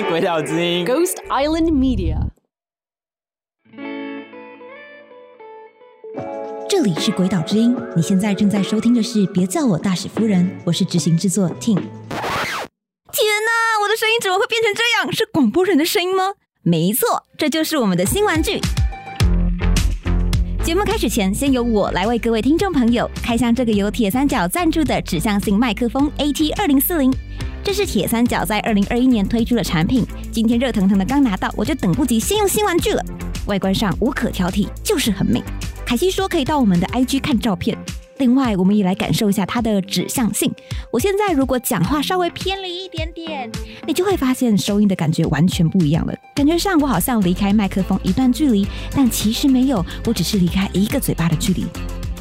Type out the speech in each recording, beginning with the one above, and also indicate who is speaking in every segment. Speaker 1: 鬼岛之音。
Speaker 2: Ghost Island Media。
Speaker 3: 这里是鬼岛之音，你现在正在收听的是《别叫我大使夫人》，我是执行制作 Ting。天哪，我的声音怎么会变成这样？是广播人的声音吗？没错，这就是我们的新玩具。节目开始前，先由我来为各位听众朋友开箱这个由铁三角赞助的指向性麦克风 AT 二零四零。这是铁三角在二零二一年推出的产品，今天热腾腾的刚拿到，我就等不及先用新玩具了。外观上无可挑剔，就是很美。凯西说可以到我们的 IG 看照片。另外，我们也来感受一下它的指向性。我现在如果讲话稍微偏离一点点，你就会发现收音的感觉完全不一样了。感觉上我好像离开麦克风一段距离，但其实没有，我只是离开一个嘴巴的距离。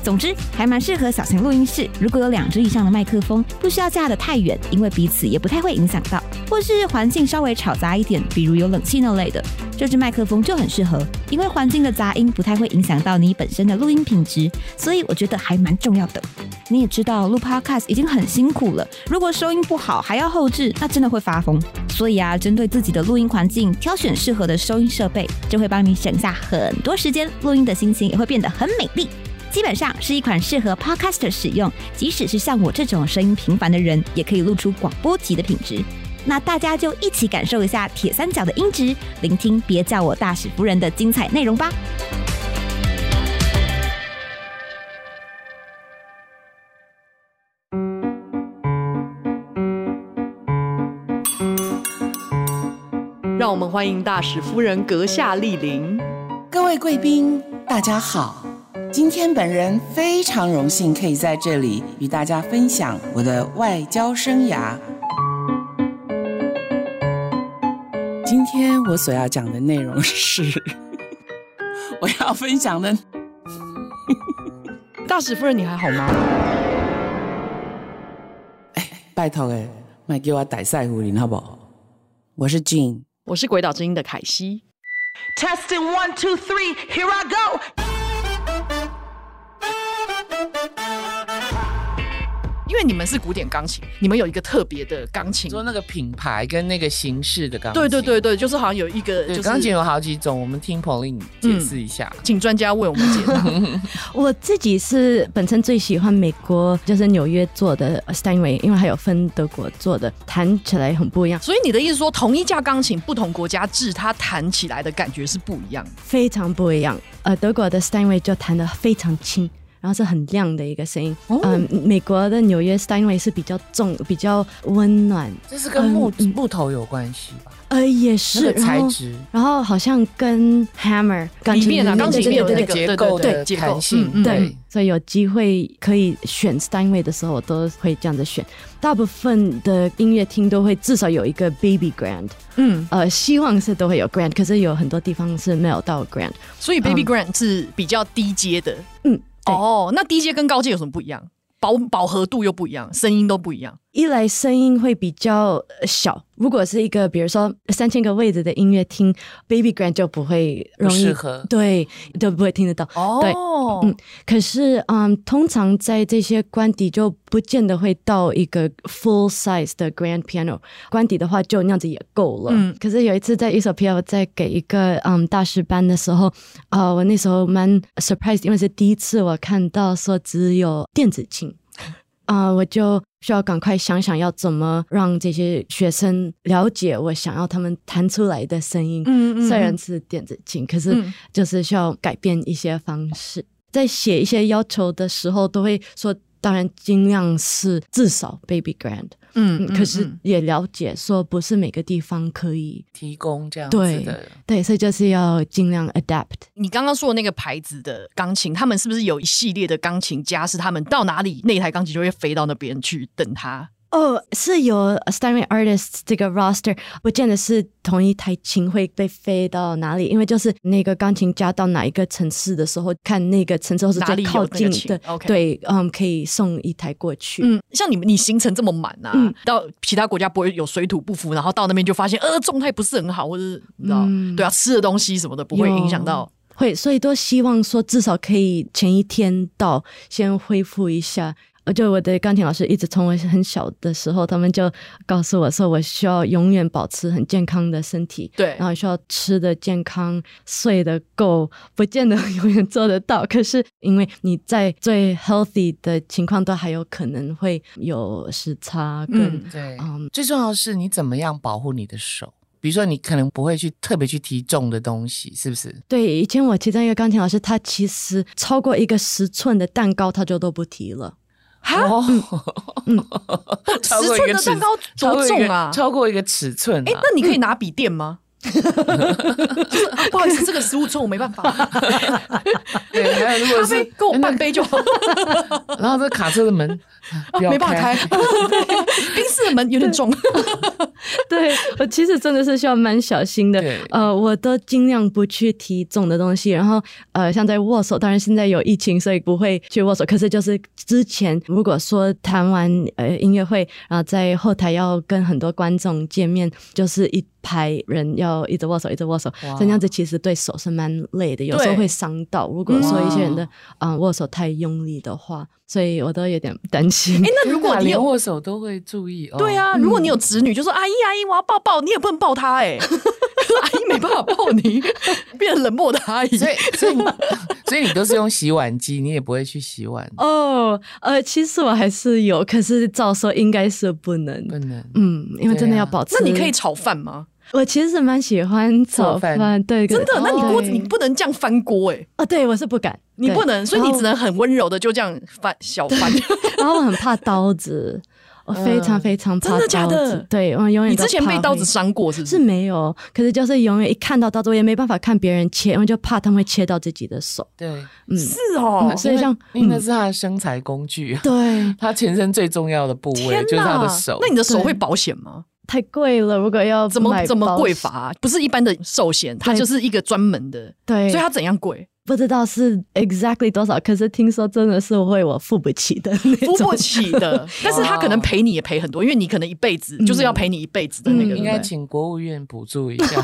Speaker 3: 总之，还蛮适合小型录音室。如果有两只以上的麦克风，不需要架得太远，因为彼此也不太会影响到，或是环境稍微吵杂一点，比如有冷气那类的，这只麦克风就很适合，因为环境的杂音不太会影响到你本身的录音品质，所以我觉得还蛮重要的。你也知道，录 podcast 已经很辛苦了，如果收音不好还要后置，那真的会发疯。所以啊，针对自己的录音环境，挑选适合的收音设备，就会帮你省下很多时间，录音的心情也会变得很美丽。基本上是一款适合 podcaster 使用，即使是像我这种声音平凡的人，也可以录出广播级的品质。那大家就一起感受一下铁三角的音质，聆听《别叫我大使夫人》的精彩内容吧。
Speaker 2: 让我们欢迎大使夫人阁下莅临。
Speaker 4: 各位贵宾，大家好。今天本人非常荣幸可以在这里与大家分享我的外交生涯。今天我所要讲的内容是 我要分享的
Speaker 2: 大使夫人，你还好吗？
Speaker 4: 拜托诶，卖给我逮赛胡林好不好？我是 Jean，
Speaker 2: 我是鬼岛之音的凯西。
Speaker 5: Testing one, two, three, here I go.
Speaker 2: 因为你们是古典钢琴，你们有一个特别的钢琴
Speaker 6: 你。说那个品牌跟那个形式的钢琴，
Speaker 2: 对对对对，就是好像有一个，就
Speaker 6: 对，
Speaker 2: 是
Speaker 6: 钢琴有好几种，我们听 Pauline 解释一下。
Speaker 2: 请专家为我们解答。
Speaker 7: 我自己是本身最喜欢美国，就是纽约做的呃 Steinway，因为还有分德国做的，弹起来很不一样，
Speaker 2: 所以你的意思说，同一架钢琴，不同国家制，它弹起来的感觉是不一样的。
Speaker 7: 非常不一样。呃，德国的 Steinway 就弹得非常轻，然后是很亮的一个声音。
Speaker 6: 哦
Speaker 7: 嗯、美国的纽约 Steinway 是比较重、比较温暖，
Speaker 6: 这是跟木、
Speaker 7: 嗯
Speaker 6: 木头有关系吧？
Speaker 7: 呃，也
Speaker 6: 那
Speaker 7: 是
Speaker 6: 个材
Speaker 7: 然后
Speaker 6: 质、
Speaker 7: 然后好像跟 Hammer 钢
Speaker 2: 里
Speaker 7: 琴
Speaker 2: 面啊，
Speaker 7: 的
Speaker 2: 钢琴里
Speaker 7: 对
Speaker 2: 面有
Speaker 7: 对
Speaker 2: 那
Speaker 7: 对
Speaker 2: 个
Speaker 6: 结构
Speaker 2: 对
Speaker 6: 的
Speaker 2: 对结构
Speaker 6: 弹性，
Speaker 2: 嗯嗯
Speaker 7: 对，所以有机会可以选单位的时候，我都会这样子选。大部分的音乐厅都会至少有一个 baby grand，
Speaker 2: 嗯，
Speaker 7: 呃，希望是都会有 grand，可是有很多地方是没有到 grand。
Speaker 2: 所以 Baby Grand 是比较低阶的。
Speaker 7: 嗯，对
Speaker 2: 哦，那低阶跟高阶有什么不一样？饱饱和度又不一样，声音都不一样。
Speaker 7: 一来声音会比较呃小，如果是一个比如说三千个位置的音乐厅，baby grand 就不会容
Speaker 6: 不
Speaker 7: 易
Speaker 6: 适合
Speaker 7: 对，都不会听得到。对，
Speaker 2: 哦，
Speaker 7: 嗯可是，嗯，通常在这些官邸就不见得会到一个 full size 的 grand piano。官邸的话就那样子也够了。
Speaker 2: 嗯
Speaker 7: 可是有一次在 u s o p 在给一个嗯大师班的时候，啊、我那时候蛮 surprised，因为是第一次我看到说只有电子琴，啊、我就需要赶快想想要怎么让这些学生了解我想要他们弹出来的声音。
Speaker 2: 嗯嗯嗯
Speaker 7: 虽然是电子琴，可是
Speaker 2: 嗯
Speaker 7: 就是需要改变一些方式。在写一些要求的时候，都会说，当然尽量是至少 baby grand，、
Speaker 2: 嗯
Speaker 7: 嗯可是也了解说不是每个地方可以，
Speaker 6: 提供这样子
Speaker 7: 对
Speaker 6: 的。
Speaker 7: 对，所以就是要尽量 adapt。
Speaker 2: 你刚刚说的那个牌子的钢琴，他们是不是有一系列的钢琴家是他们到哪里那台钢琴就会飞到那边去等他？
Speaker 7: 哦，是有 Steinway Artists 这个 roster，不见得是同一台琴会被飞到哪里，因为就是那个钢琴家到哪一个城市的时候，看那个城市或是
Speaker 2: 哪里
Speaker 7: 最
Speaker 2: 有
Speaker 7: 靠
Speaker 2: 那个
Speaker 7: 近
Speaker 2: 琴
Speaker 7: 的，
Speaker 2: OK
Speaker 7: 对，嗯，可以送一台过去。
Speaker 2: 嗯，像你们你行程这么满啊，
Speaker 7: 嗯
Speaker 2: 到其他国家不会有水土不服，然后到那边就发现呃状态不是很好，或者是你知道、
Speaker 7: 嗯
Speaker 2: 对啊吃的东西什么的不会影响到。
Speaker 7: 会，所以都希望说至少可以前一天到，先恢复一下。呃就我的钢琴老师一直从我很小的时候，他们就告诉我说，我需要永远保持很健康的身体，
Speaker 2: 对
Speaker 7: 然后需要吃的健康，睡得够，不见得永远做得到。可是因为你在最 healthy 的情况都还有可能会有时差跟、
Speaker 2: 嗯
Speaker 6: 对，
Speaker 7: 嗯
Speaker 6: 最重要的是你怎么样保护你的手。比如说，你可能不会去特别去提重的东西，是不是？
Speaker 7: 对，以前我其中一个钢琴老师，他其实超过一个十寸的蛋糕，他就都不提了。
Speaker 6: 哦， 超
Speaker 2: 嗯十
Speaker 6: 过
Speaker 2: 寸
Speaker 6: 一个
Speaker 2: 的
Speaker 6: 尺
Speaker 2: 蛋糕
Speaker 6: 超过
Speaker 2: 多
Speaker 6: 一
Speaker 2: 重
Speaker 6: 个
Speaker 2: 啊？
Speaker 6: 超过一个尺寸、啊。
Speaker 2: 哎，那你可以拿笔垫 吗？就是啊不好意思，这个食物错我没办法，
Speaker 6: 对，还有如果
Speaker 2: 咖
Speaker 6: 是哎
Speaker 2: 啡给我半杯就好，
Speaker 6: 然后这卡车 的门、啊不要
Speaker 2: 没办法开， 冰室的门有点重。
Speaker 7: 对我其实真的是需要蛮小心的
Speaker 6: 对，
Speaker 7: 呃，我都尽量不去提重的东西。然后呃，像在握手，当然现在有疫情，所以不会去握手。可是就是之前如果说弹完呃音乐会，然后在后台要跟很多观众见面，就是一排人要一直握手，一直握手，
Speaker 6: 哇
Speaker 7: 这样子其实对手是蛮累的，有时候
Speaker 2: 对
Speaker 7: 会伤到。如果说一些人的嗯、呃握手太用力的话，所以我都有点担心。
Speaker 2: 哎，那如果你
Speaker 6: 连
Speaker 2: 有
Speaker 6: 握手都会注意哦。
Speaker 2: 对，啊，如果你有子女，就说阿姨阿姨我要抱抱，你也不能抱他哎， 阿姨没办法抱你，变成冷漠的阿姨。
Speaker 6: 所以所以 你所以你都是用洗碗机，你也不会去洗碗，
Speaker 7: 哦，呃，其实我还是有，可是照说应该是不能。
Speaker 6: 不能。
Speaker 7: 嗯，因为真的要保持。
Speaker 2: 那你可以，炒饭吗？
Speaker 7: 我其实是蛮喜欢炒
Speaker 6: 做
Speaker 7: 饭，
Speaker 6: 饭
Speaker 7: 对，
Speaker 2: 哦真的？那你锅子
Speaker 7: 对
Speaker 2: 你不能这样翻锅哎，
Speaker 7: 哦，对我是不敢，
Speaker 2: 你
Speaker 7: 对哦
Speaker 2: 不。能，所以你
Speaker 7: 然后
Speaker 2: 只能很温柔的就这样翻小翻。
Speaker 7: 然后我很怕刀子，我非常非常怕
Speaker 2: 嗯
Speaker 7: 刀子。
Speaker 2: 真的假的
Speaker 7: 对，我永远
Speaker 2: 你
Speaker 7: 都
Speaker 2: 之前被
Speaker 7: 怕
Speaker 2: 刀子
Speaker 7: 会
Speaker 2: 伤过是不
Speaker 7: 是
Speaker 2: 是？
Speaker 7: 没有，可是就是永远一看到刀子，我也没办法看别人切，因为就怕他们会切到自己的手。
Speaker 6: 对，
Speaker 7: 嗯，
Speaker 2: 是哦
Speaker 7: 嗯所以像
Speaker 6: 因为
Speaker 7: 嗯
Speaker 6: 那是他的生财工具，
Speaker 7: 对，
Speaker 6: 他全身最重要的部位
Speaker 2: 天
Speaker 6: 就是他的手。
Speaker 2: 那你的手
Speaker 7: 对
Speaker 2: 会保险吗？
Speaker 7: 太贵了。如果要
Speaker 2: 怎么
Speaker 7: 买
Speaker 2: 怎么
Speaker 7: 保
Speaker 2: 贵
Speaker 7: 险
Speaker 2: 法、啊？不是一般的寿险，它
Speaker 7: 对
Speaker 2: 就是一个专门的，
Speaker 7: 对，
Speaker 2: 所以它怎样 贵？
Speaker 7: 不知道是 exactly 多少，可是听说真的是会我付不起的那种，
Speaker 2: 付不起的， 但是它可能赔你也赔很多，因为你可能一辈子就是要赔你一辈子的那个。对
Speaker 7: 嗯
Speaker 2: 不
Speaker 6: 应
Speaker 2: 对
Speaker 6: 该请国务院补助一 下。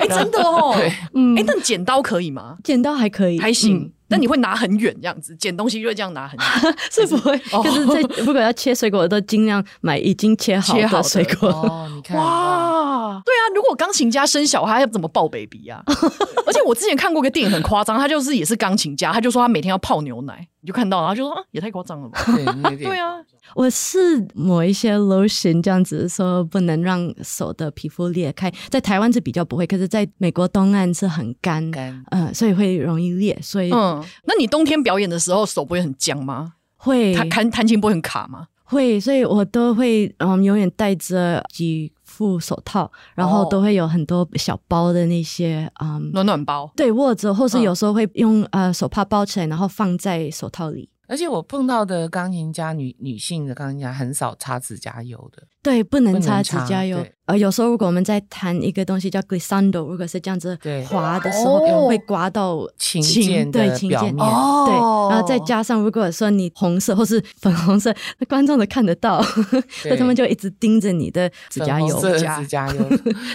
Speaker 2: 哎，真的哦，
Speaker 6: 对
Speaker 2: 哎，
Speaker 7: 嗯，
Speaker 2: 那剪刀可以吗？
Speaker 7: 剪刀还可以，
Speaker 2: 还行
Speaker 7: 嗯，
Speaker 2: 那你会拿很远这样子，剪东西就会这样拿很远。
Speaker 7: 是不会。
Speaker 2: 哦
Speaker 7: 可是在如果要切水果，我都尽量买已经切好
Speaker 2: 切好的
Speaker 7: 的水果。
Speaker 6: 哦，你看，哇，
Speaker 2: 哇，嗯对啊，如果钢琴家生小孩，他要怎么抱 baby 啊？ 而且我之前看过一个电影很夸张，他就是也是钢琴家，他就说他每天要泡牛奶，你就看到，然后就说啊，也太夸张了吧？
Speaker 6: 对，你有点
Speaker 2: 对啊，
Speaker 7: 我是抹一些 lotion 这样子，说不能让手的皮肤裂开。在台湾是比较不会，可是在美国东岸是很干，
Speaker 6: 干
Speaker 7: 呃，所以会容易裂，所以
Speaker 2: 嗯，那你冬天表演的时候手不会很僵吗？
Speaker 7: 会
Speaker 2: 弹弹弹琴不会很卡吗？
Speaker 7: 会，所以我都会嗯，永远戴着几副手套，然后
Speaker 2: 哦
Speaker 7: 都会有很多小包的那些嗯。
Speaker 2: 暖暖包，
Speaker 7: 对，握着，或是
Speaker 2: 嗯
Speaker 7: 有时候会用、呃手帕包起来，然后放在手套里。
Speaker 6: 而且我碰到的钢琴家女女性的钢琴家很少擦指甲油的，
Speaker 7: 对，不
Speaker 6: 不
Speaker 7: 能
Speaker 6: 能
Speaker 7: 擦指
Speaker 6: 擦
Speaker 7: 甲油
Speaker 6: 对。
Speaker 7: 呃，有时候如果我们在弹一个东西叫 glissando，如果是这样子
Speaker 6: 对
Speaker 7: 滑的时候，
Speaker 2: 哦
Speaker 7: 会刮到
Speaker 6: 琴
Speaker 7: 琴
Speaker 6: 键
Speaker 7: 对
Speaker 6: 的
Speaker 7: 琴
Speaker 6: 表
Speaker 7: 键
Speaker 6: 面哦
Speaker 7: 对，然后再
Speaker 2: 哦
Speaker 7: 加上如果说你红色或是粉红色，那观众都看得到， 所以他们就一直盯着你的指甲油
Speaker 6: 粉。红色
Speaker 2: 加
Speaker 6: 的指 甲油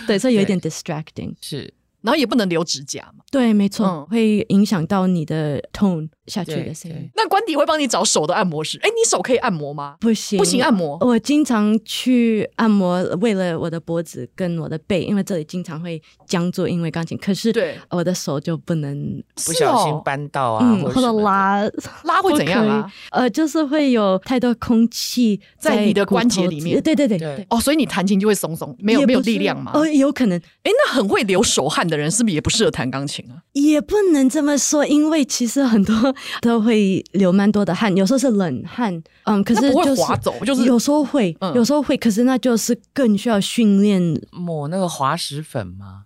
Speaker 7: 对，所以有一点
Speaker 6: 对
Speaker 7: distracting。
Speaker 6: 是
Speaker 2: 然后也不能留指甲嘛。
Speaker 7: 对，没错，
Speaker 2: 嗯
Speaker 7: 会影响到你的 tone 下去
Speaker 6: 对
Speaker 7: 的声音
Speaker 6: 对。
Speaker 2: 那官邸会帮你找手的按摩师，哎，你手可以按摩吗？
Speaker 7: 不行，
Speaker 2: 不行，按摩
Speaker 7: 我经常去按摩，为了我的脖子跟我的背，因为这里经常会僵住，因为钢琴。可是
Speaker 2: 对
Speaker 7: 我的手就不能，
Speaker 6: 不
Speaker 2: 是
Speaker 6: 小
Speaker 2: 哦
Speaker 6: 心扳到啊，
Speaker 7: 嗯，
Speaker 6: 或
Speaker 7: 或者
Speaker 6: 什么的
Speaker 7: 拉
Speaker 2: 拉会怎样
Speaker 7: 不
Speaker 2: 啊
Speaker 7: 可以？呃，就是会有太多空气
Speaker 2: 在你的
Speaker 7: 骨头
Speaker 2: 关节里面
Speaker 7: 对对对
Speaker 6: 对
Speaker 2: 哦，所以你弹琴就会松松，没有
Speaker 7: 也不
Speaker 2: 没有
Speaker 7: 是
Speaker 2: 力量嘛。
Speaker 7: 哦，有可能
Speaker 2: 哎，那很会流手汗的人是不是也不适合弹钢琴啊？
Speaker 7: 也不能这么说，因为其实很多 都会流蛮多的汗，有时候是冷汗，嗯，可
Speaker 2: 那
Speaker 7: 是
Speaker 2: 不会
Speaker 7: 就是
Speaker 2: 滑 走就是
Speaker 7: 有时候会，
Speaker 2: 嗯
Speaker 7: 有时候会，可是那就是更需要训练
Speaker 6: 抹那个滑石粉吗？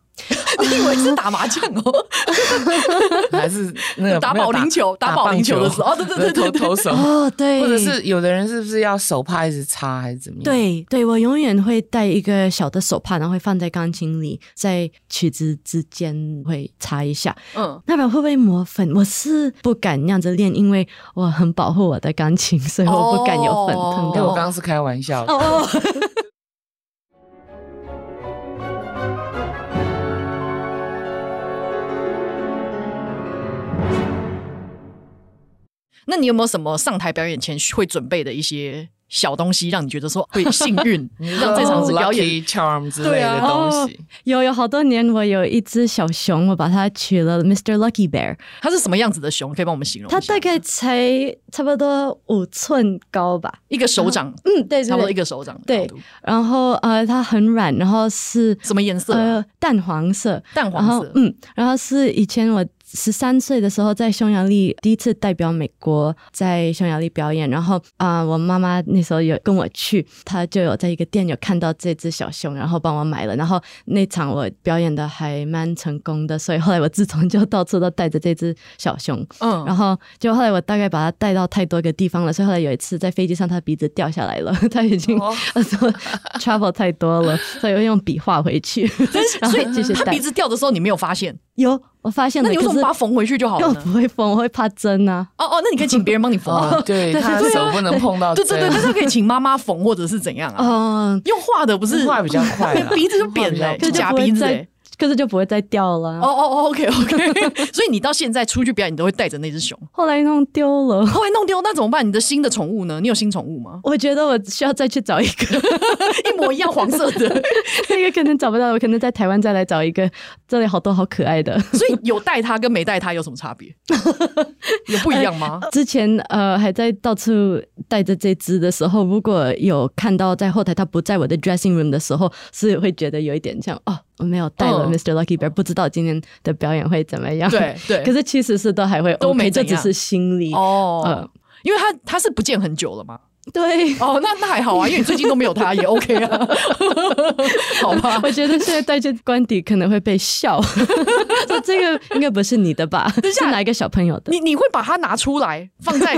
Speaker 2: 你以为是打麻将哦？
Speaker 6: 还是那个
Speaker 2: 打
Speaker 6: 没有
Speaker 2: 保龄球打
Speaker 6: 打
Speaker 2: 保
Speaker 6: 棒
Speaker 2: 龄球的时候哦对对对对对
Speaker 6: 投 投手，
Speaker 2: 嗯
Speaker 7: 哦，对，
Speaker 6: 或者是有的人是不是要手帕一直擦还是怎么样？，
Speaker 7: 对对，我永远会带一个小的手帕，然后会放在钢琴里，在曲子之间会擦一下。
Speaker 2: 嗯，
Speaker 7: 那边会不会抹粉？我是不敢那样子练，因为我很保护我的钢琴，所以我不敢有粉
Speaker 2: 哦
Speaker 7: 碰
Speaker 6: 哎，
Speaker 7: 到。
Speaker 6: 我刚刚是开玩笑的。
Speaker 7: 哦，
Speaker 2: 那你有没有什么上台表演前会准备的一些小东西，让你觉得说会幸运，让这场子表演 啊哦
Speaker 6: lucky charm 之类的东西，
Speaker 7: 有有好多年，我有一只小熊，我把它取了 Mr. Lucky Bear，
Speaker 2: 它是什么样子的熊？可以帮我们形容一下
Speaker 7: 它大概才差不多五寸高吧。
Speaker 2: 一个手掌，
Speaker 7: 嗯，对，对
Speaker 2: 差不多
Speaker 7: 对
Speaker 2: 一个手掌的高
Speaker 7: 对
Speaker 2: 度。，
Speaker 7: 然后呃，它很软，然后是
Speaker 2: 什么颜色啊
Speaker 7: 呃，淡黄色，
Speaker 2: 淡黄
Speaker 7: 然后
Speaker 2: 色
Speaker 7: 嗯，然后是以前我十三岁的时候在匈牙利第一次代表美国在匈牙利表演，然后啊、呃我妈妈那时候有跟我去，她就有在一个店有看到这只小熊，然后帮我买了，然后那场我表演的还蛮成功的，所以后来我自从就到处都带着这只小熊，
Speaker 2: 嗯，
Speaker 7: 然后就后来我大概把它带到太多个地方了，所以后来有一次在飞机上，它鼻子掉下来了， 它已经、travel 太多了，所以我用笔画回 去， 然后
Speaker 2: 所以
Speaker 7: 继续
Speaker 2: 它
Speaker 7: 带
Speaker 2: 鼻。子掉的时候你没有发现，
Speaker 7: 有我发现
Speaker 2: 那
Speaker 7: 了，
Speaker 2: 你为什
Speaker 7: 可
Speaker 2: 么啊
Speaker 7: 是
Speaker 2: 把它缝回去就 好
Speaker 7: 因为
Speaker 2: 了呢？
Speaker 7: 我不会缝，我会怕针啊。
Speaker 2: 哦哦，那你可以请别人帮你缝啊
Speaker 6: 哦，。对，他手不能碰 到
Speaker 2: 对对对，
Speaker 6: 针
Speaker 2: 但是可以请妈妈缝或者是怎样 啊？
Speaker 7: 嗯，
Speaker 2: 用画的不是
Speaker 6: 画比较快啦
Speaker 2: 鼻子就扁了、
Speaker 6: 画比
Speaker 7: 可
Speaker 2: 就是
Speaker 7: 就
Speaker 2: 假
Speaker 7: 不会
Speaker 2: 鼻子、
Speaker 7: 再
Speaker 2: 欸。，
Speaker 7: 可是就不会再掉了。
Speaker 2: 哦哦哦，OK OK，所以你到现在出去表演，你都会带着那只熊。
Speaker 7: 后来弄丢了，？
Speaker 2: 后来弄丢，那怎么办？你的新的宠物呢？你有新宠物吗
Speaker 7: 我觉得我需要再去找一个，
Speaker 2: 一模一样黄色的，
Speaker 7: 那个可能找不到，我可能在台湾再来找一个。这里好多好可爱的。
Speaker 2: 所以有带它跟没带它有什么差 别？有不一样吗？
Speaker 7: 之前呃还在到处带着这只的时候，如果有看到在后台它不在我的 dressing room 的时候，是会觉得有一点像哦，我没有带了
Speaker 2: 嗯
Speaker 7: Mr. Lucky Bear，、不知道今天的表演会怎么样。
Speaker 2: 对对
Speaker 7: 可是其实是都还会 OK,
Speaker 2: 都没
Speaker 7: 这
Speaker 2: 怎
Speaker 7: 只
Speaker 2: 样
Speaker 7: 是心理。
Speaker 2: 哦，
Speaker 7: 呃
Speaker 2: 因为它它是不见很久了嘛。
Speaker 7: 对，
Speaker 2: 哦，那那还好啊，因为你最近都没有它也 OK 啊，好吧？
Speaker 7: 我觉得现在带这官邸可能会被笑， 说这个应该不是你的吧？是哪一个小朋友的？
Speaker 2: 你你会把它拿出来放 在，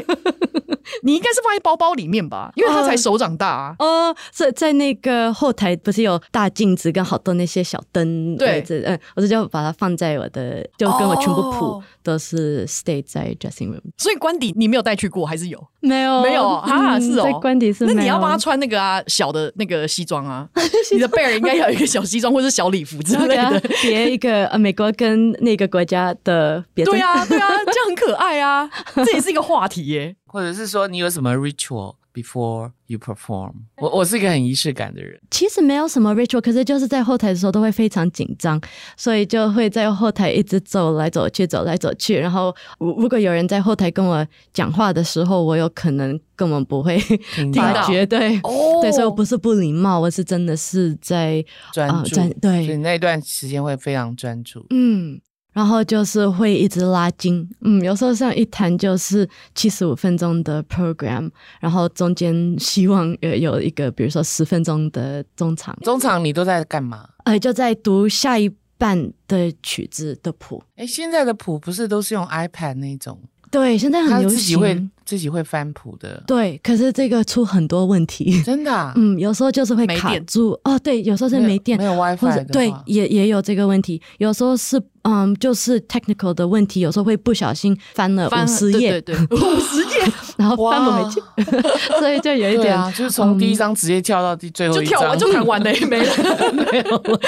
Speaker 2: 你应该是放在包包里面吧？因为它才手掌大啊。
Speaker 7: 哦，在在那个后台不是有大镜子跟好多那些小灯，
Speaker 2: 对
Speaker 7: 呃这嗯，我就就把它放在我的，就跟我全部谱、
Speaker 2: 哦
Speaker 7: 都是 stay 在 dressing room，
Speaker 2: 所以官邸你没有带去过，还是有？
Speaker 7: 没有
Speaker 2: 没有啊？
Speaker 7: 嗯
Speaker 2: 是哦，
Speaker 7: 在官邸是没
Speaker 2: 那
Speaker 7: 有，
Speaker 2: 你要帮他穿那个啊小的那个西装 啊，你的贝尔应该要有一个小西装或者小礼服之
Speaker 7: 然后
Speaker 2: 类
Speaker 7: 给他
Speaker 2: 的。
Speaker 7: 别一个呃美国跟那个 国家的别针
Speaker 2: 对啊，对啊，这样很可爱啊，这也是一个话题耶。
Speaker 6: 或者是说你有什么 ritual before you perform？我我是一个很仪式感的人，
Speaker 7: 其实没有什么 ritual，可是就是在后台的时候都会非常紧张，所以就会在后台一直走来走去，走来走去。然后如如果有人在后台跟我讲话的时候，我有可能根本不会
Speaker 6: 到
Speaker 7: 发觉，对。
Speaker 2: 哦
Speaker 7: 对，所以我不是不礼貌，我是真的是在
Speaker 6: 专
Speaker 7: 啊
Speaker 6: 注，
Speaker 7: 专对
Speaker 6: 所以那一段时间会非常专注。
Speaker 7: 嗯，然后就是会一直拉筋，嗯，有时候像一弹就是七十五分钟的 program，然后中间希望有有一个比如说十分钟的中场，
Speaker 6: 中场你都在干嘛？
Speaker 7: 呃，就在读下一半的曲子的谱。
Speaker 6: 哎，现在的谱不是都是用 iPad 那种，
Speaker 7: 对，现在
Speaker 6: 他
Speaker 7: 嗯很流
Speaker 6: 自己会
Speaker 7: 行。
Speaker 6: 自己会翻谱的，
Speaker 7: 对，可是这个出很多问题。
Speaker 6: 真的啊，
Speaker 7: 嗯，有时候就是会
Speaker 2: 没
Speaker 7: 卡
Speaker 2: 电
Speaker 7: 住哦，对，有时候是
Speaker 6: 没有
Speaker 7: 没电，
Speaker 6: 没有 WiFi
Speaker 7: 或者
Speaker 6: 的话
Speaker 7: 对，也也有这个问题。有时候是嗯，就是 technical 的问题，有时候会不小心翻了
Speaker 2: 翻
Speaker 7: 呃五十
Speaker 2: 对
Speaker 7: 页，
Speaker 2: 对对， 五十页
Speaker 7: 然后翻不回去， 所以就有一
Speaker 6: 对
Speaker 7: 点、嗯
Speaker 6: 啊，就是从第一
Speaker 7: 张
Speaker 6: 张直接跳到第最后
Speaker 2: 就
Speaker 6: 一
Speaker 2: 跳
Speaker 6: 张，
Speaker 2: 完就弹完了，没了。
Speaker 7: 没有了。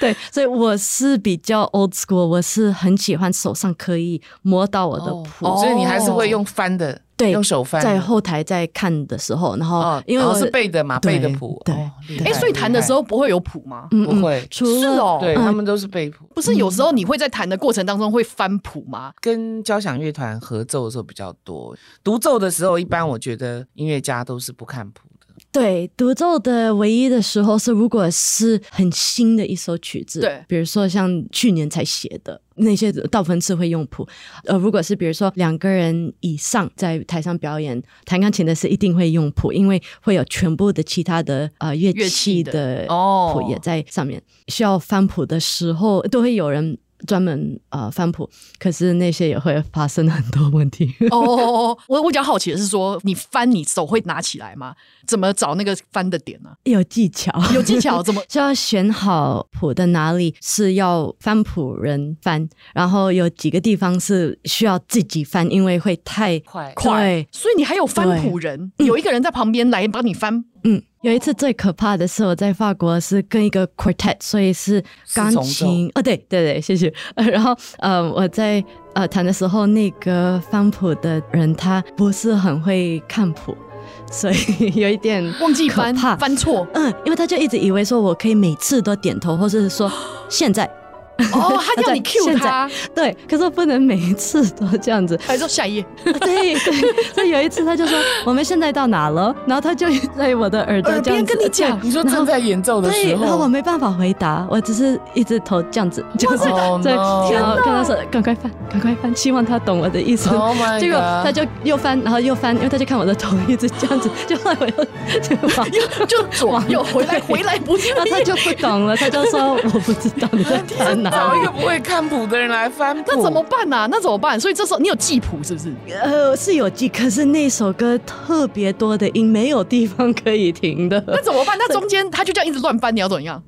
Speaker 7: 对，所以我是比较 old school，我是很喜欢手上可以摸到我的
Speaker 6: 哦
Speaker 7: 谱，
Speaker 6: 所以你还是会用翻的，
Speaker 7: 对，
Speaker 6: 用手翻的，
Speaker 7: 在后台在看的时候，然后、
Speaker 6: 哦，
Speaker 7: 因为
Speaker 6: 哦
Speaker 7: 我、
Speaker 6: 是背的嘛，背
Speaker 7: 对
Speaker 6: 的谱，
Speaker 7: 对
Speaker 6: 哦厉害
Speaker 2: 哎，所以弹的时候不会有谱吗？
Speaker 7: 嗯
Speaker 6: 不会
Speaker 7: 嗯、除
Speaker 2: 是
Speaker 7: 了、
Speaker 2: 哦，
Speaker 6: 对他们都是背谱，
Speaker 2: 不是有时候你会在弹的过程当中会翻谱吗？
Speaker 6: 跟交响乐团合奏的时候比较多，独奏的时候一般我觉得音乐家都是不看谱的。
Speaker 7: 对独奏的唯一的时候是，如果是很新的一首曲子，
Speaker 2: 对
Speaker 7: 比如说像去年才写的那些，大部分是会用谱。呃，如果是比如说两个人以上在台上表演弹钢琴的是一定会用谱，因为会有全部的其他的呃乐
Speaker 2: 乐器
Speaker 7: 器
Speaker 2: 的
Speaker 7: 的
Speaker 2: 哦
Speaker 7: 谱也在上面。需要翻谱的时候，都会有人专门呃翻谱，可是那些也会发生很多问题。
Speaker 2: 哦哦哦哦，我我比较好奇的是说，你翻你手会拿起来吗？怎么找那个翻的点呢、啊
Speaker 7: 有技巧，
Speaker 2: 有技巧怎么？
Speaker 7: 就要选好谱的哪里是要翻谱人翻，然后有几个地方是需要自己翻，因为会太
Speaker 6: 快
Speaker 7: 对
Speaker 2: 所以你还有翻谱人，有一个人在旁边来帮你翻。
Speaker 7: 嗯，有一次最可怕的是我在法国是跟一个 quartet，所以是钢
Speaker 6: 四重奏
Speaker 7: 琴。哦，对对对，谢谢。 呃然后呃，我在呃弹的时候，那个翻谱的人他不是很会看谱，所以 有一点
Speaker 2: 忘记翻
Speaker 7: 可怕
Speaker 2: 翻 错
Speaker 7: 嗯，因为他就一直以为说我可以每次都点头，或是说现在
Speaker 2: 哦，他叫你 Q
Speaker 7: 现在
Speaker 2: 他，
Speaker 7: 对，可是我不能每一次都这样子。
Speaker 2: 还说下一页，
Speaker 7: 啊对对，所以有一次他就说我们现在到哪了，然后他就在我的耳朵
Speaker 2: 耳
Speaker 7: 这
Speaker 2: 边
Speaker 7: 样子
Speaker 2: 呃跟你讲
Speaker 6: 你说正在演奏的
Speaker 7: 对，
Speaker 6: 时
Speaker 7: 然后我
Speaker 6: 候，
Speaker 7: 没办法回答，我只是一直头这样子，就是
Speaker 6: 塞
Speaker 7: 在
Speaker 6: 哦，no
Speaker 7: 然后跟他说赶快翻，赶快翻，希望他懂我的意思。
Speaker 6: Oh my
Speaker 7: 结果他
Speaker 6: God
Speaker 7: 就又翻，然后又翻，因为他就看我的头一直这样子，就后来我又 就往
Speaker 2: 就 左右回来回来不是
Speaker 7: 然后他就不懂了，他就说我不知道你在翻哪
Speaker 6: 找一
Speaker 7: 里
Speaker 6: 个。不会看谱的人来翻谱，
Speaker 2: 那怎么办呐、啊？那怎么办？所以这时候你有记谱是不 是？
Speaker 7: 呃，是有记，可是那首歌特别多的音，没有地方可以停的。
Speaker 2: 那怎么 办？那中间他就这样一直乱翻，你要怎样？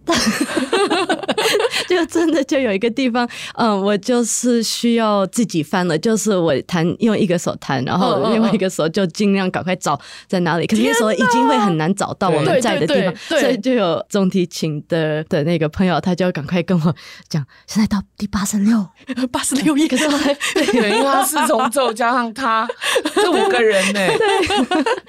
Speaker 7: 就真的就有一个地方，嗯，我就是需要自己翻了，就是我弹用一个手弹，然
Speaker 2: 嗯嗯
Speaker 7: 后
Speaker 2: 嗯
Speaker 7: 另外一个手就尽量赶快找在哪里。可是那时候已经会很难找到我们在的地方，
Speaker 2: 对对对对
Speaker 7: 所以就有中提琴的的那个朋友，他就赶快跟我讲，现在到第八十六，
Speaker 2: 八十六页，可是
Speaker 6: 对，因为他四重奏加上他， 这五个人呢、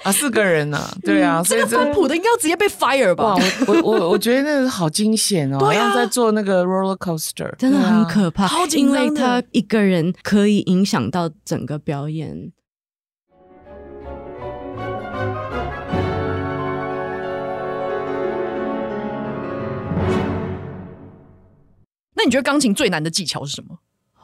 Speaker 6: 啊，四个人呢、啊，对啊，所以这
Speaker 2: 嗯翻谱的应该要直接被 fire
Speaker 6: 哇，
Speaker 2: 吧？
Speaker 6: 我我我我觉得那个好惊险哦，好
Speaker 2: 对啊
Speaker 6: 像在做那个 roller coaster，
Speaker 7: 真的很可怕，
Speaker 2: 好啊紧
Speaker 7: 因
Speaker 2: 张的
Speaker 7: 为他一个人可以影响到整个表演。
Speaker 2: 那你觉得钢琴最难的技巧是什么？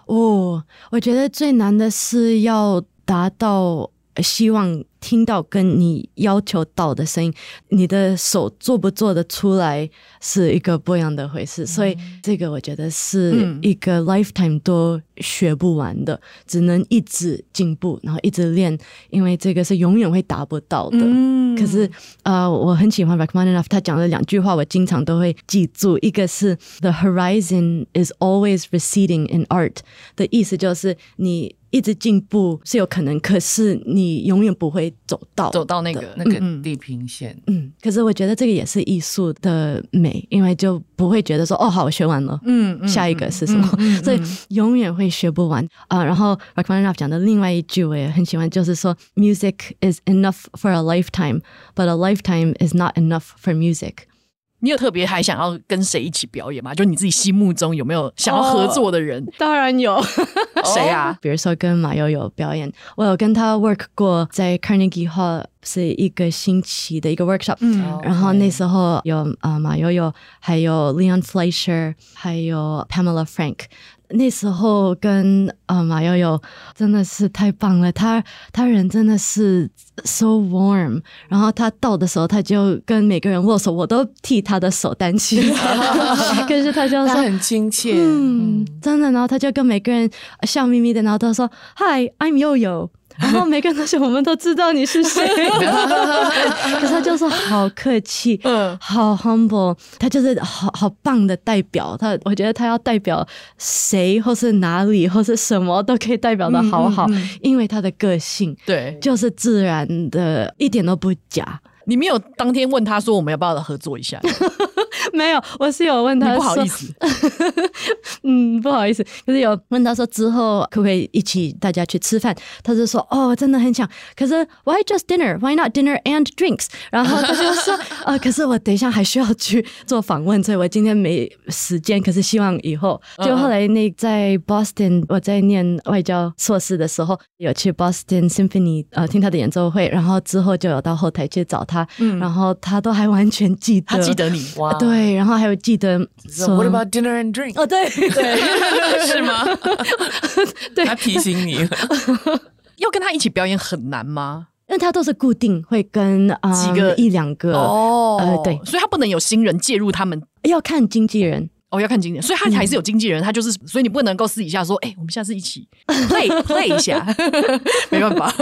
Speaker 7: 哦，我觉得最难的是要达到呃希望听到跟你要求到的声音，你的手做不做得出来是一个不一样的回事，所以这个我觉得是
Speaker 2: 嗯
Speaker 7: 一个 lifetime 都学不完的，只能一直进步，然后一直练，因为这个是永远会达不到的。
Speaker 2: 嗯
Speaker 7: 可是呃，我很喜欢 Rachmaninoff，他讲了两句话，我经常都会记住。一个是 “The horizon is always receding in art” 的意思就是你一直进步是有可能，可是你永远不会走到
Speaker 2: 走到那个
Speaker 6: 那个
Speaker 2: 嗯嗯
Speaker 6: 地平线，
Speaker 7: 嗯，可是我觉得这个也是艺术的美，因为就不会觉得说哦，好，我学完了，
Speaker 2: 嗯嗯
Speaker 7: 下一个是什么？
Speaker 2: 嗯嗯嗯
Speaker 7: 所以永远会学不完啊、然后 Rachmaninoff 讲的另外一句我也很喜欢，就是说 “Music is enough for a lifetime, but a lifetime is not enough for music。”
Speaker 2: 你有特别还想要跟谁一起表演吗？就你自己心目中有没有想要合作的人？
Speaker 7: 哦当然有，哦
Speaker 2: 谁 啊？
Speaker 7: 比如说跟马友友表演，我有跟他 work 过，在 Carnegie Hall 是一个星期的一个 workshop，
Speaker 2: 嗯
Speaker 7: 然后那时候有啊、呃马友友，还有 Leon Fleischer，还有 Pamela Frank。那时候跟呃马友友真的是太棒了，他他人真的是 so warm，然后他到的时候他就跟每个人握手，我都替他的手担心， 可是他就
Speaker 6: 他
Speaker 7: 说
Speaker 6: 很亲切，
Speaker 7: 嗯，真的。然后他就跟每个人呃笑眯眯的，然后都说 “Hi, I'm Yoyo”，然后每个人都说我们都知道你是 谁，可是他就是好客气，
Speaker 2: 嗯
Speaker 7: 好 humble，他就是好好棒的代表。他我觉得他要代表谁或是哪里或是什么都可以代表的好好，因为他的个性
Speaker 2: 对，
Speaker 7: 就是自然的，一点都不假。
Speaker 2: 你没有当天问他说我们要不要合作一下？你
Speaker 7: 没有，我是有问他
Speaker 2: 不好
Speaker 7: 说
Speaker 2: 意 思，
Speaker 7: 嗯，不好意思，可是有问他说之后可不可以一起大家去吃饭，他就说哦，真的很想，可是 why just dinner? Why not dinner and drinks？然后他就说 呃，可是我等一下还需要去做访问，所以我今天没时间，可是希望以后。就后来那在 Boston，我在念外交硕士的时候，有去 Boston Symphony 呃听他的演奏会，然后之后就有到后台去找他，然后他都还完全记得，
Speaker 2: 他记得你。
Speaker 6: 哇，
Speaker 7: 对，然后还有记得
Speaker 6: 说
Speaker 7: 说
Speaker 6: What about dinner and drink？
Speaker 7: 哦，对对。
Speaker 6: 是吗？
Speaker 7: 对
Speaker 6: 他提醒你了，
Speaker 2: 要跟他一起表演很难吗？
Speaker 7: 因为它都是固定会跟啊、呃
Speaker 2: 几个哦
Speaker 7: 一两个，呃对
Speaker 2: 所以他不能有新人介入他们。
Speaker 7: 要看经 纪人。
Speaker 2: 哦，要看经纪人，所以他还是有经
Speaker 7: 嗯
Speaker 2: 纪人，他就是，所以你不能够私底下说，哎、我们下次一起 play play 一下， 没办 法，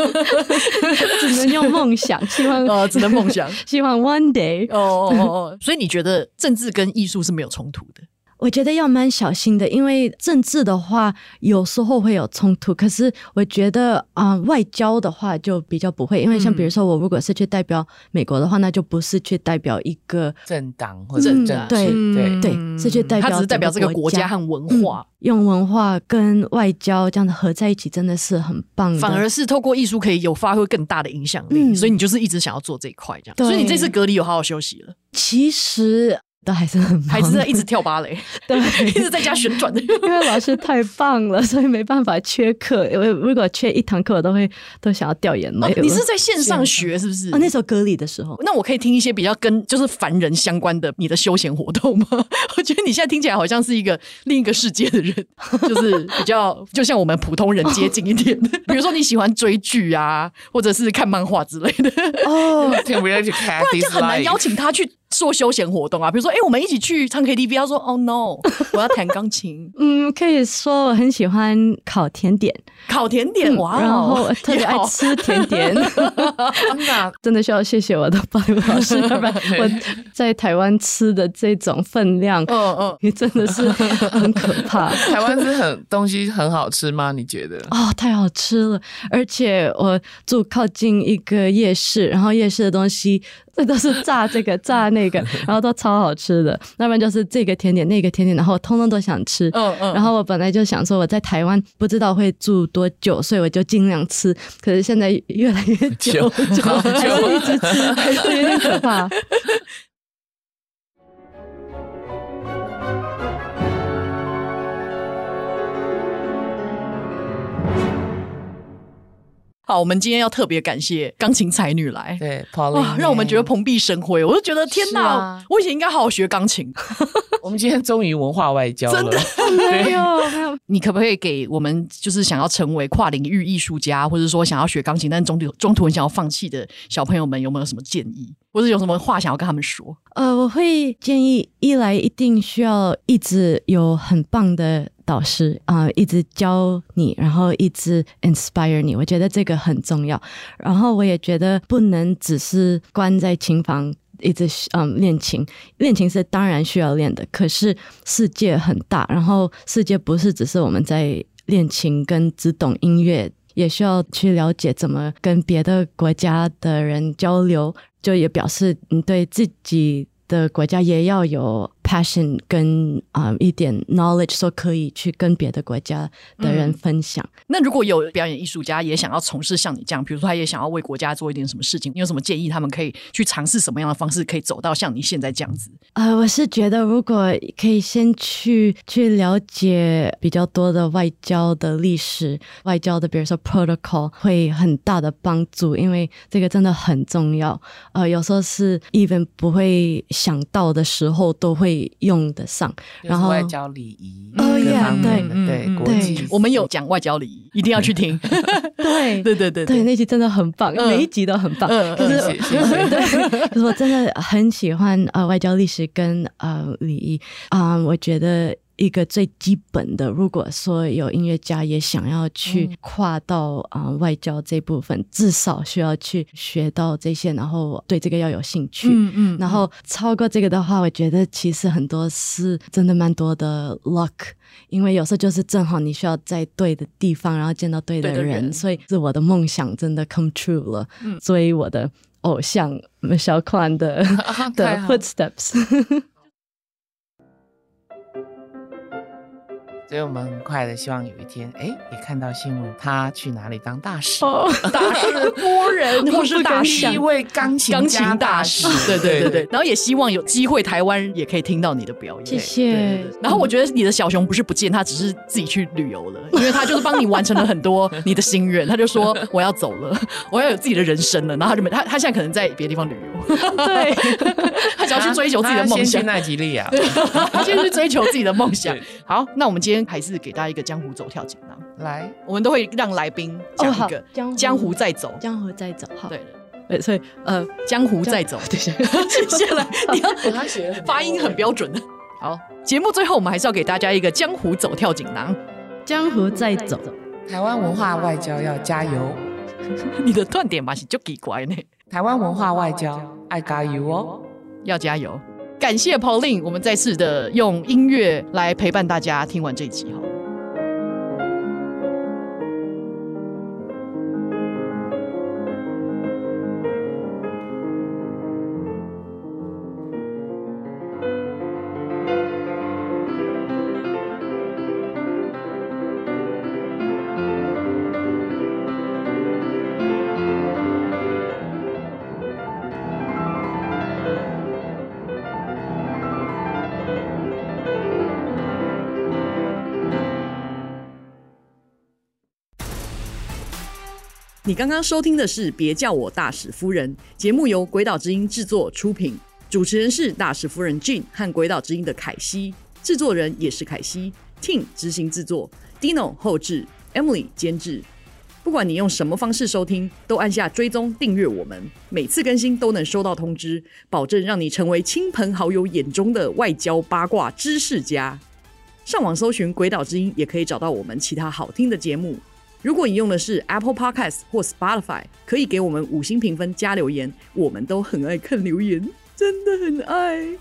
Speaker 7: 只能用梦想，希望
Speaker 2: 呃，只能 梦想。
Speaker 7: 希望 one day
Speaker 2: 哦哦哦，所以你觉得政治跟艺术是没有冲突的？
Speaker 7: 我觉得要蛮小心的，因为政治的话有时候会有冲突，可是我觉得啊、呃外交的话就比较不会，因为像
Speaker 2: 嗯
Speaker 7: 比如说我如果是去代表美国的话，那就不是去代表一个
Speaker 6: 政党或者政治，啊
Speaker 7: 嗯
Speaker 6: 对
Speaker 7: 对对这就代
Speaker 2: 嗯
Speaker 7: 表
Speaker 2: 他只是代表这个国家和文化，
Speaker 7: 用文化跟外交这样的合在一起，真的是很棒的。
Speaker 2: 反而是透过艺术可以有发挥更大的影响力，
Speaker 7: 嗯
Speaker 2: 所以你就是一直想要做这一块这样。
Speaker 7: 对
Speaker 2: 所以你这次隔离有好好休息 了，
Speaker 7: 其实都还是很忙的
Speaker 2: 还是在一直跳芭蕾，
Speaker 7: 对，
Speaker 2: 一直在家 旋转的。
Speaker 7: 因为老师太棒了，所以没办法缺课。 因为如果缺一堂课，我都会都想要掉眼泪
Speaker 2: 哦
Speaker 7: 了、
Speaker 2: 你是在线上学是不是？
Speaker 7: 哦，那时候隔离的时候，
Speaker 2: 那我可以听一些比较跟就是凡人相关的你的休闲活动吗？ 我觉得你现在听起来好像是一个另一个世界的人， 就是比较就像我们普通人接近一点。比如说你喜欢追剧啊，或者是看漫画之类的，
Speaker 7: 哦，，
Speaker 6: 对，不要去看，
Speaker 2: 不然就很难邀。请他去做休闲活动啊。比如说，哎、我们一起去唱 KTV，他说哦 no，我 要弹钢琴
Speaker 7: 嗯，可以说我很喜欢烤甜点，
Speaker 2: 烤甜点，哇、哦，
Speaker 7: 然后我特别
Speaker 2: 也
Speaker 7: 爱
Speaker 2: 好
Speaker 7: 吃甜 点。
Speaker 6: 真的啊，
Speaker 7: 真的需要谢谢我的芭蕾舞老师， 要不然我在台湾吃的这种分量，
Speaker 2: 嗯嗯，
Speaker 7: 也真的是很可怕。
Speaker 6: 台湾是很东西很好吃吗？你觉得？
Speaker 7: 哦，太好吃了！而且我住靠近一个夜市，然后夜市的东西这都是炸这个炸那个，然后都超好吃的。要不然就是这个甜点那个甜点，然后我通通都想吃。
Speaker 2: 嗯嗯
Speaker 7: 然后我本来就想说我在台湾不知道会住多久，所以我就尽量吃。可是现在越来越久，就
Speaker 6: 好久
Speaker 7: 还是一直吃，还是有点可怕。
Speaker 2: 好，我们今天要特别感谢钢琴才女来。
Speaker 6: 对 p a u l i
Speaker 2: 哇，让我们觉得蓬荜生辉，我就觉得天哪，
Speaker 6: 是啊
Speaker 2: 我以前应该好好学钢琴。
Speaker 6: 我们今天终于文化外交了，
Speaker 2: 真 的
Speaker 7: 没有没有，
Speaker 2: 你可不可以给我们就是想要成为跨领域艺术家，或者说想要学钢琴，但中途中途很想要放弃的小朋友们，有没有什么建议，或者有什么话想要跟他们说？
Speaker 7: 呃，我会建议，一来一定需要一直有很棒的导师啊、呃一直教你，然后一直 inspire 你，我觉得这个很重要。然后我也觉得不能只是关在琴房。一直嗯练琴，练琴是当然需要练的，可是世界很大，然后世界不是只是我们在练琴跟只懂音乐，也需要去了解怎么跟别的国家的人交流，就也表示你对自己的国家也要有 passion 跟啊、嗯一点 knowledge，说可以去跟别的国家的人分享。
Speaker 2: 那如果有表演艺术家也想要从事像你这样，比如说他也想要为国家做一点什么事情，你有什么建议？他们可以去尝试什么样的方式，可以走到像你现在这样子？
Speaker 7: 呃，我是觉得如果可以先去去了解比较多的外交的历史、外交的，比如说 protocol，会很大的帮助，因为这个真的很重要。呃，有时候是 even 不会想到的时候都会用得上。
Speaker 6: 然
Speaker 7: 然
Speaker 6: 后
Speaker 7: 后
Speaker 6: 外交礼 仪
Speaker 7: 哦
Speaker 6: 各
Speaker 7: 呀
Speaker 6: 方面的
Speaker 2: 对
Speaker 6: 对
Speaker 2: 嗯
Speaker 6: 国
Speaker 7: 对
Speaker 6: 际，
Speaker 2: 我们有讲外交礼仪，一定要去听。
Speaker 7: 对
Speaker 2: 对对对
Speaker 7: 对，那集真的很棒，
Speaker 2: 嗯
Speaker 7: 每一集都很棒。
Speaker 2: 嗯嗯
Speaker 7: 可是
Speaker 6: 谢谢谢谢
Speaker 7: 对，可是我真的很喜欢呃外交历史跟呃礼仪啊，我觉得。一个最基本的，如果说有音乐家也想要去
Speaker 6: 嗯
Speaker 7: 跨到啊、呃外交这部分，至少需要去学到这些，然后对这个要有兴趣。
Speaker 2: 嗯
Speaker 7: 然后超过这个的话，我觉得其实很多是真的蛮多的 luck，因为有时候就是正好你需要在对的地方，然后见到对的
Speaker 2: 对的
Speaker 7: 人，
Speaker 2: 人
Speaker 7: 所以是我的梦想真的 come true 了。所以我的偶像小款的
Speaker 6: 啊
Speaker 7: 的
Speaker 6: 太好了
Speaker 7: footsteps，
Speaker 6: 所以我们很快的希望有一天，哎，也看到新闻，他去哪里当大使？
Speaker 2: 大师波人或哦是大
Speaker 6: 第
Speaker 2: 师
Speaker 6: 一。位钢琴
Speaker 2: 钢琴
Speaker 6: 家
Speaker 2: 大
Speaker 6: 使
Speaker 2: 师，对对对对，然后也希望有机会台湾也可以听到你的表演。
Speaker 7: 谢谢。
Speaker 2: 然后我觉得你的小熊不是不见，他只是自己去旅游了， 因为他就是帮你完成了很多你的心愿。他就 说我要走了，我要有自己的人生了。然后他就没他他现在可能在别的地方旅游，
Speaker 7: 对，
Speaker 2: 他只要去追求自己的
Speaker 6: 他
Speaker 2: 梦
Speaker 6: 要先
Speaker 2: 想
Speaker 6: 去，奈及利亚，
Speaker 2: 啊 他先去追求自己的梦想
Speaker 6: 对。
Speaker 2: 好，那我们今天还是给大家一个江湖走跳锦囊，
Speaker 6: 来，
Speaker 2: 我们都会让来宾讲一个、
Speaker 7: 哦好江湖
Speaker 2: 江湖再走。
Speaker 7: 江湖再走好。
Speaker 2: 对，
Speaker 7: 对，所以呃，
Speaker 2: 江湖再走。
Speaker 7: 对，
Speaker 2: 接下来你要发音很标准的。好，节目最后我们还是要给大家一个江湖走跳锦囊。
Speaker 7: 江湖再走。
Speaker 6: 台湾文化外交要 加油，
Speaker 2: 你的断点嘛是就奇怪呢，
Speaker 6: 台湾文化外交爱加油哦。
Speaker 2: 要加油，感谢 Pauline，我们再次的用音乐来陪伴大家听完这一集好了。你刚刚收听的是《别叫我大使夫人》节目，由鬼岛之音制作出品，主持人是大使夫人 Jean 和鬼岛之音的凯西，制作人也是凯西，Tim 执行制作，Dino 后制，Emily 监制。不管你用什么方式收听，都按下追踪订阅我们，每次更新都能收到通知，保证让你成为亲朋好友眼中的外交八卦知识家。上网搜寻《鬼岛之音》，也可以找到我们其他好听的节目。如果你用的是 Apple Podcast 或 Spotify，可以给我们五星评分加留言，我们都很爱看留言，真的很爱。